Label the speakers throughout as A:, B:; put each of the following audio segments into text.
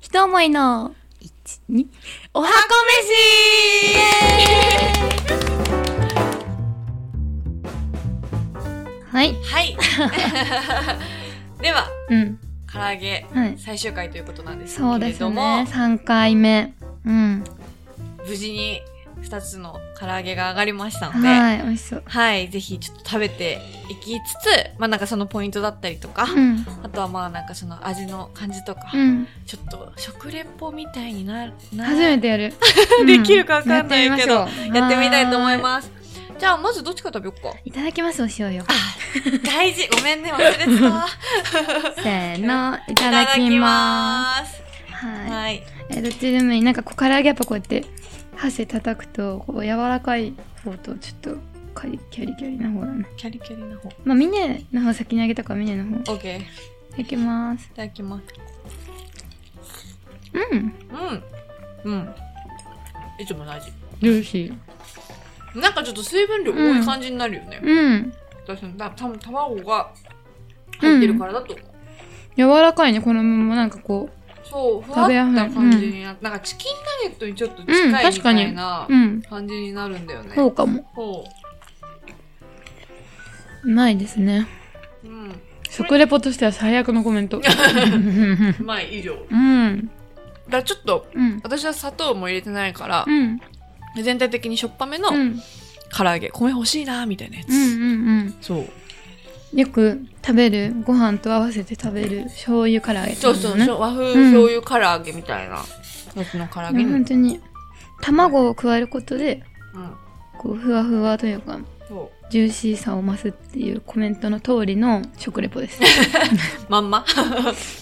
A: ひと思いの一二おはこ飯はい
B: はい。では、
A: うん
B: 唐揚げ
A: はい
B: 最終回ということなんですけ
A: そう
B: れ
A: で
B: ど
A: す
B: も、
A: ね三回目うん
B: 無事に2つの唐揚げが上がりましたので、はい、
A: はい美味しそう
B: ぜひちょっと食べていきつつ、まあなんかそのポイントだったりとか、
A: うん
B: あとはまあなんかその味の感じとか、
A: うん
B: ちょっと食レポみたいにな、な
A: 初めてや る
B: できるかわかんないけど
A: やってみましょう
B: やってみたいと思い
A: は
B: ます。じゃあまずどっちから食べよっか。
A: いいただきますお塩よ
B: 大事ごめんね、忘れてた。。
A: せーのいただきますすはい
B: はい。
A: えどっちでもいいなんかこう唐揚げやっぱこうやって箸叩くとこう柔らかい方とちょっとカリキャリキャリな方だね
B: キャリキャリな方。
A: まあ、ミネの方先にあげたからミネの方。い
B: オッケー。い
A: ただきます。
B: ただきます。
A: うん。
B: うん。うん。いつもの味。
A: ジューシ
B: なんかちょっと水分量多い感じになるよね。
A: うん。
B: 私のた多分卵が入ってるからだと思う。
A: 柔らかいね、このままなんかこ
B: そう、ふわ
A: 食
B: っ
A: べやすい
B: た感じになって、なんかチキンナゲットにちょっと近いみ
A: うん確か
B: た
A: に
B: いな
A: う。うん。
B: 感じになるんだよね。
A: そうかも。
B: ほ
A: うまいですね。
B: う。うん。
A: 食レポとしては最悪のコメン ト。
B: うまい以上。だか
A: うん。
B: らちょっと、
A: うん。
B: 私は砂糖も入れてないから
A: う、ん。
B: 全体的にしょっぱめの
A: うん。うん。
B: 唐揚げ。米欲しいなーみたいなやつ。
A: うん。
B: そう。
A: よく食べる、ご飯と合わせて食べる醤油唐揚げ、
B: そうそう、
A: ね。
B: そう和風醤油唐揚げみたいなやつの唐揚げに。う
A: 本
B: ん。
A: 当に。卵を加えることで、こう、ふわふわというか、
B: そ
A: ジューシーさを増すっていうコメントの通りの食レポ です。
B: う。まんま。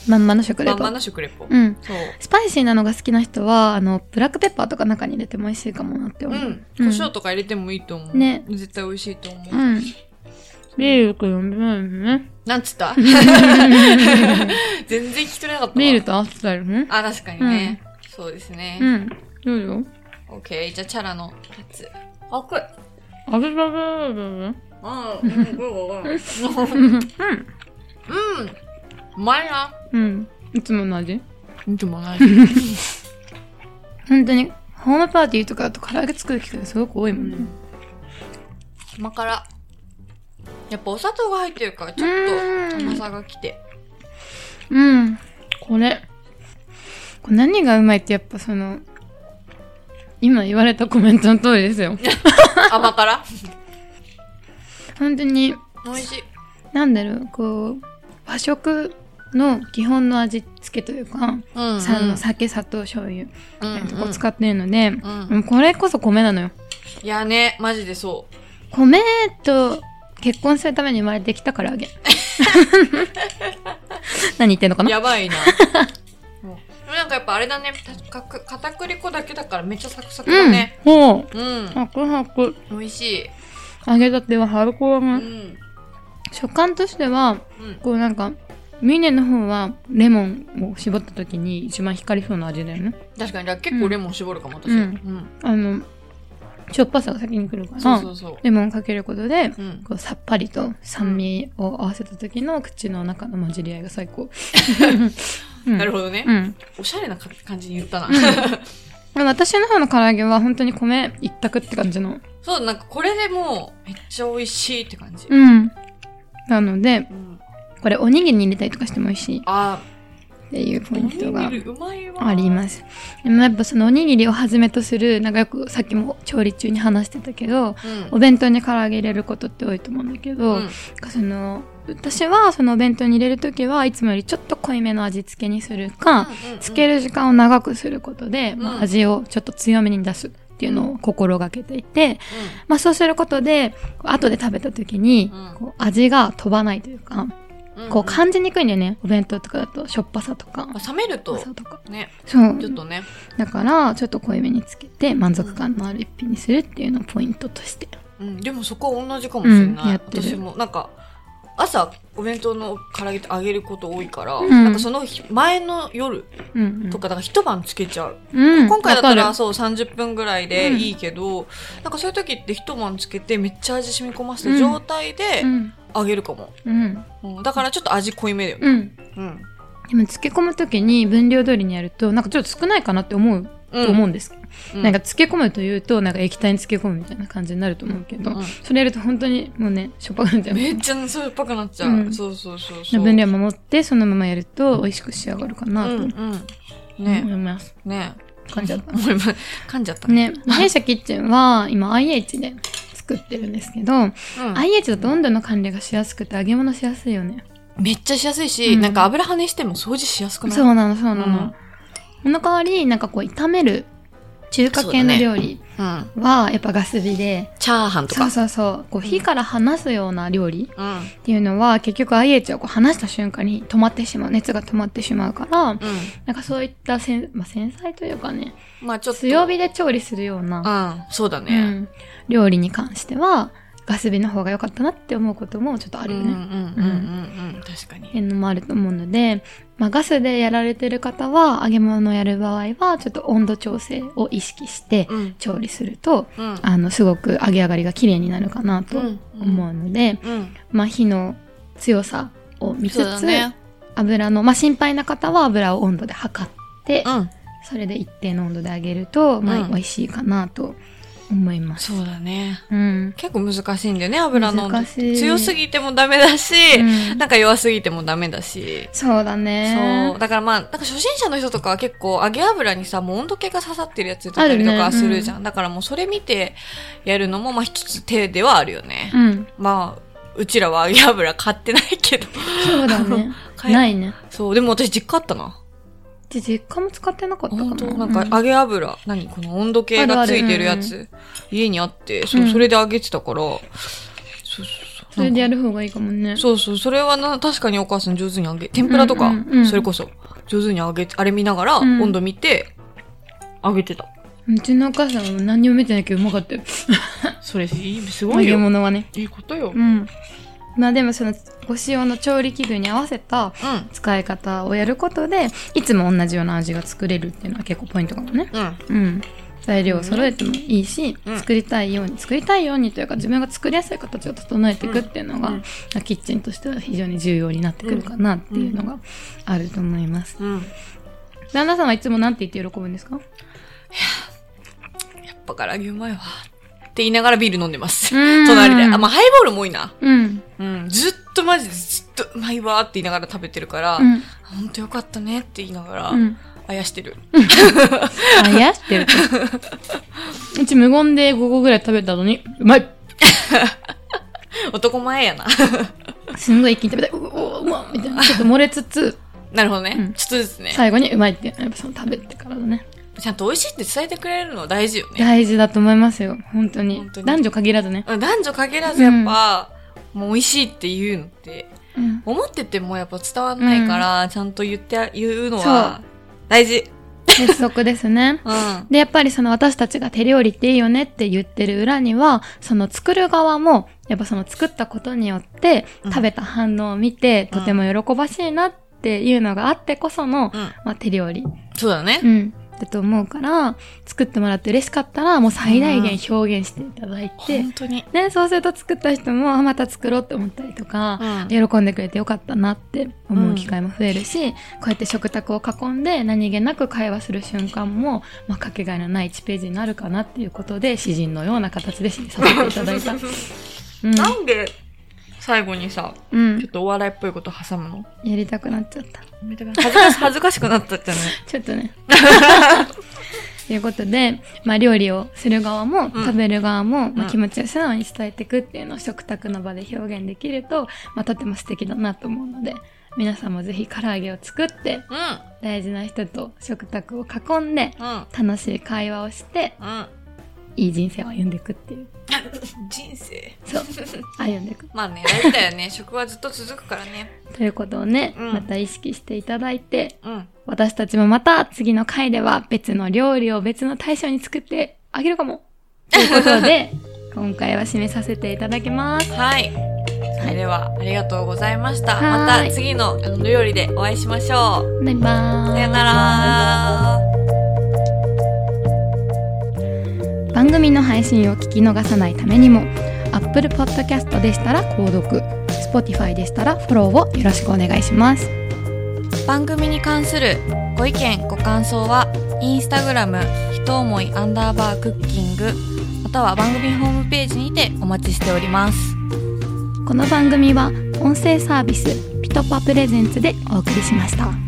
A: まんまの食レ
B: ま
A: ポ。
B: んまの食レポ。
A: うん。
B: そう。
A: スパイシーなのが好きな人は、あの、ブラックペッパーとか中に入れても美味しいかもなって
B: う
A: 思う。
B: ん。胡椒とか入れてもいいと思う。
A: ね
B: 絶対美味しいと思う。
A: うん。ビールくん、ね。
B: なんつった全然聞き取れなかったわ。
A: ビールと合わせたよね。
B: あ、確かにね。そうですね。
A: うん。どうよ。
B: オッケー。じゃあ、チャラのやつ。あ、これ。
A: あぶばぶぶ
B: うん、うん、うん。うん。うまいな。
A: ぶ。うん。いつもの味
B: でもない。
A: 本当に、ホームパーティーとかだと唐揚げ作る機会がすごく多いもんね。
B: 甘辛。やっぱお砂糖が入ってるから、ちょっと甘さが来て。
A: うん。これ。これ何がうまいってやっぱその、今言われたコメントの通りです よ。
B: 甘辛
A: 本当に、
B: 美味しい。
A: なんだろう、こう、和食の基本の味付けというか、
B: うん、うん。
A: さ酒、砂糖、醤油、
B: うんう
A: を
B: ん
A: 使っているので、
B: うん
A: もうこれこそ米なのよ。
B: いやね、マジでそ
A: 米と結婚するために生まれてきた唐揚 げ。何言ってんのか
B: う。
A: な
B: やば いな。もうでもなんかやっぱあれだね、たか片栗粉だけだからめっちゃサクサクだね。
A: うん。ほう。
B: うん。
A: サクサク。
B: 美味しい。
A: 揚げたては春子
B: う
A: が
B: ん。
A: 食感としては、
B: うん。
A: こうなんか、ミネの方はレモンを絞った時に一番光りそうな味だよね。
B: 確かに、だから結構レモン絞るかも、私。う。
A: うんんあの、しょっぱさが先に来るから、
B: そうそうそう。
A: レモンかけることで、
B: うん。
A: こうさっぱりと酸味を合わせた時の口の中の混じり合いが最 高。
B: なる
A: ほ
B: ほどね。
A: ど。うん。
B: おしゃれなか感じに言ったな。
A: でも私の方の唐揚げは本当に米一択って感じの。
B: そう、なんかこれでもう、めっちゃ美味しいって感じ。
A: うん。なので、
B: うん。
A: これおにぎりに入れたりとかしても美味しいっ
B: あ
A: ていうポ
B: ー、
A: イント
B: おに
A: が
B: ぎりうまいわ。
A: あります。でもやっぱそのおにぎりをはじめとする、なんかよくさっきも調理中に話してたけど、
B: うん。
A: お弁当に唐揚げ入れることって多いと思うんだけど、
B: うん
A: その私はそのお弁当に入れる時はいつもよりちょっと濃いめの味付けにするか、つけ
B: る。
A: る時間を長くすることで、
B: ん
A: まあ、味をちょっと強めに出すっていうのを心がけていて、まあ、そうすることでこう後で食べた時に
B: うん
A: こう味が飛ばないというか、
B: うん
A: こう感じにくいんだよねお弁当とかだとしょっぱさとか
B: まあ冷めると
A: 甘、さとか
B: ね、
A: そう
B: ちょっとね。
A: だからちょっと濃いめにつけて満足感のある一品にするっていうのをポイントとして
B: うん、でもそこは同じかもしれ
A: うん
B: な
A: や
B: い。
A: ってる
B: 私も、なんか、朝、お弁当の唐揚げって揚げること多いから、
A: ん
B: なんかその日前の夜
A: うんうん
B: とか、だから一晩つけちゃう。
A: うん
B: 今回だった
A: わ
B: ら
A: か
B: そう30分ぐらいでいいけど、なんかそういう時って一晩つけてめっちゃ味染み込ませた状態で
A: るうん
B: 揚げるかも、
A: うん
B: うんだからちょっと味濃いめだよね
A: うん
B: うん、
A: でも漬け込むときに分量通りにやるとなんかちょっと少ないかなって思うと思うんですけど、
B: うん
A: なんか漬け込むというとなんか液体に漬け込むみたいな感じになると思うけど、
B: うん
A: それやると本当にもうねしょっぱくなっちゃう
B: めっちゃしょっぱくなっちゃう、
A: うん
B: そうそうそうそう
A: 分量守ってそのままやると美味しく仕上がるか
B: う
A: なんと思
B: うんね
A: います、
B: ね
A: 噛んじゃった
B: 思います噛んじゃった
A: ね弊社キッチンは今 IH で作ってるんですけど、
B: うん
A: IH だと温度の管理がしやすくて揚げ物しやすいよね
B: めっちゃしやすいし、
A: うん
B: なんか油跳ねしても掃除しやすくない
A: そうなのそうな
B: う
A: の、その代わりなんかこう炒める中華
B: そう
A: 系
B: だ
A: の
B: ね
A: 料理
B: んうん、
A: はやっぱガス火で
B: チャーハンと
A: そう
B: か
A: そうそうこう火から離すような料理
B: うん
A: っていうのは結局 IH をこう離した瞬間に止まってしまう熱が止まってしまうから
B: う
A: なんかそういったせん、まあ、繊細というかね
B: んまあちょっと
A: 強火で調理するような、
B: うんそうだ
A: う
B: ね、
A: ん、料理に関してはガス火の方が良かったなって思うこともちょっとあ
B: うん、
A: るよ
B: うん
A: ね。
B: うんうんうん確か
A: ってい
B: に
A: うのもあると思うので、まあ、ガスでやられてる方は揚げ物をやる場合はちょっと温度調整を意識して
B: うん
A: 調理すると、
B: うん
A: あのすごく揚げ上がりが綺麗になるかなと
B: うん
A: 思うので、
B: うん
A: まあ、火の強さを見つ
B: そうだ
A: つ、
B: ね
A: 油の、まあ、心配な方は油を温度で測って、
B: うん
A: それで一定の温度で揚げると、ま
B: う
A: あ、
B: ん
A: 美味しいかなと思います。
B: そうだね
A: うん
B: 結構難しいんだよね油の温度
A: 難しい
B: 強すぎてもダメだし、
A: うん
B: なんか弱すぎてもダメだし
A: そうだね
B: そう。だからまあ、なんか初心者の人とかは結構揚げ油にさ、もう温度計が刺さってるやつだったりと
A: あ
B: か
A: るね
B: するじゃん。だからもうそれ見てやるのも、まあ一つ手ではあるよね。
A: うん、
B: まあ、うちらは揚げ油買ってないけど。
A: そうだね
B: 買え
A: ないね
B: そう、でも私実家あったな。
A: で実家も使ってなかったかな
B: 本当な
A: うん
B: か揚げ油、何この温度計がついてるやつ、
A: あ
B: 家にあって、そうう、
A: ん
B: それで揚げてたから、そうそうそう。
A: それでやる方がいいかもね。
B: そうそう、それはな、確かにお母さん上手に揚げ、天ぷらとか、
A: うんうんうん
B: それこそ、上手に揚げて、あれ見ながら、
A: うん
B: 温度見て、揚げてた。
A: うちのお母さんは何にも見てないけどうまかったよ。
B: それ、いいす
A: 揚
B: ごい
A: げ
B: よ。
A: 物はね。
B: いいことよ。う。
A: うんん。まあでもその、ご使用の調理器具に合わせた使い方をやることで、いつも同じような味が作れるっていうのは結構ポイントかもね。
B: うん。
A: うん。材料を揃えてもいいし、
B: うん
A: 作りたいように、作りたいようにというか自分が作りやすい形を整えていくっていうのが、
B: うんう
A: キッチンとしては非常に重要になってくるかなっていうのがあると思います。
B: うん。
A: 旦那さんはいつも何て言って喜ぶんですか
B: やっぱから揚げうまいわ。って言いながらビール飲んでます。
A: うん
B: 隣で。あ、まあ、ハイボールも多いな。
A: うん。
B: うん。ずっとマジでずっとうまいわーって言いながら食べてるから、
A: うん。
B: ほんとよかったねって言いながら、
A: うん。
B: あやしてる。
A: あ、癒やしてる。うち無言で5個ぐらい食べたのに、うまい
B: 男前やな。
A: すんごい一気に食べたい。うおうまっみたいな。ちょっと漏れつつ、
B: なるほどね。
A: うん
B: ちょっとずつね。
A: 最後にうまいっていうのはやっぱその食べてからだね。
B: ちゃんと美味しいって伝えてくれるのは大事よね。
A: 大事だと思いますよ。本当に
B: 本当。に
A: 男女限らずね。
B: うん男女限らずやっぱ、もう美味しいって言うのって、
A: うん。
B: 思っててもやっぱ伝わんないから、ちゃんと言って、言うの
A: そ
B: は
A: う、
B: 大事。
A: 鉄則ですね。
B: うん。
A: で、やっぱりその私たちが手料理っていいよねって言ってる裏には、その作る側も、やっぱその作ったことによって、
B: うん
A: 食べた反応を見て、
B: うん
A: とても喜ばしいなっていうのがあってこその、
B: うん。
A: まあ、手料理
B: そうだね
A: う。ん、だと思うから作ってもらって嬉しかったらもう最大限表現していただいて、
B: 本当に。
A: ね、そうすると作った人もあまた作ろうって思ったりとか、
B: うん
A: 喜んでくれてよかったなって思う機会も増えるし、こうやって食卓を囲んで何気なく会話する瞬間も、まあ、かけがえのない1ページになるかなっていうことで詩人のような形でさせていただ いた。うん
B: なんで、最後にさ、
A: うん
B: ちょっ、とお笑いっぽいこと挟むの
A: やりたくなっちゃった。
B: 恥ずかし恥ずかしくなっちゃったね。
A: ちょっと ね。ということで、まあ、料理をする側も、
B: うん
A: 食べる側も、まあ、
B: うん
A: 気持ちを素直に伝えていくっていうのを食卓の場で表現できると、まあ、とても素敵だなと思うので皆さんもぜひ唐揚げを作って
B: う
A: 大事な人と食卓を囲んで
B: ん。うん。
A: 楽しい会話をして
B: う。
A: いい人生を歩んでいくっていうん
B: 人生。
A: そう歩んでいく
B: まあね、大事だよね。 食はずっと続くからね。
A: ということをね、
B: うん
A: また意識していただいて
B: うん。
A: 私たちもまた次の回では別の料理を別の対象に作ってあげるかも。ということ で、今回は締めさせていただきます。
B: はい。それでは、ありがとうございました。
A: はー
B: ま
A: い
B: た次のあの料理でお会いしましょう。
A: バイバーイ。
B: さよなら。
A: 番組の配信を聞き逃さないためにも Apple Podcast でしたら購読 Spotify でしたらフォローをよろしくお願いします
B: 番組に関するご意見ご感想はインスタグラムひと思いアンダーバークッキングまたは番組ホームページにてお待ちしております
A: この番組は音声サービスピトパプレゼンツでお送りしました。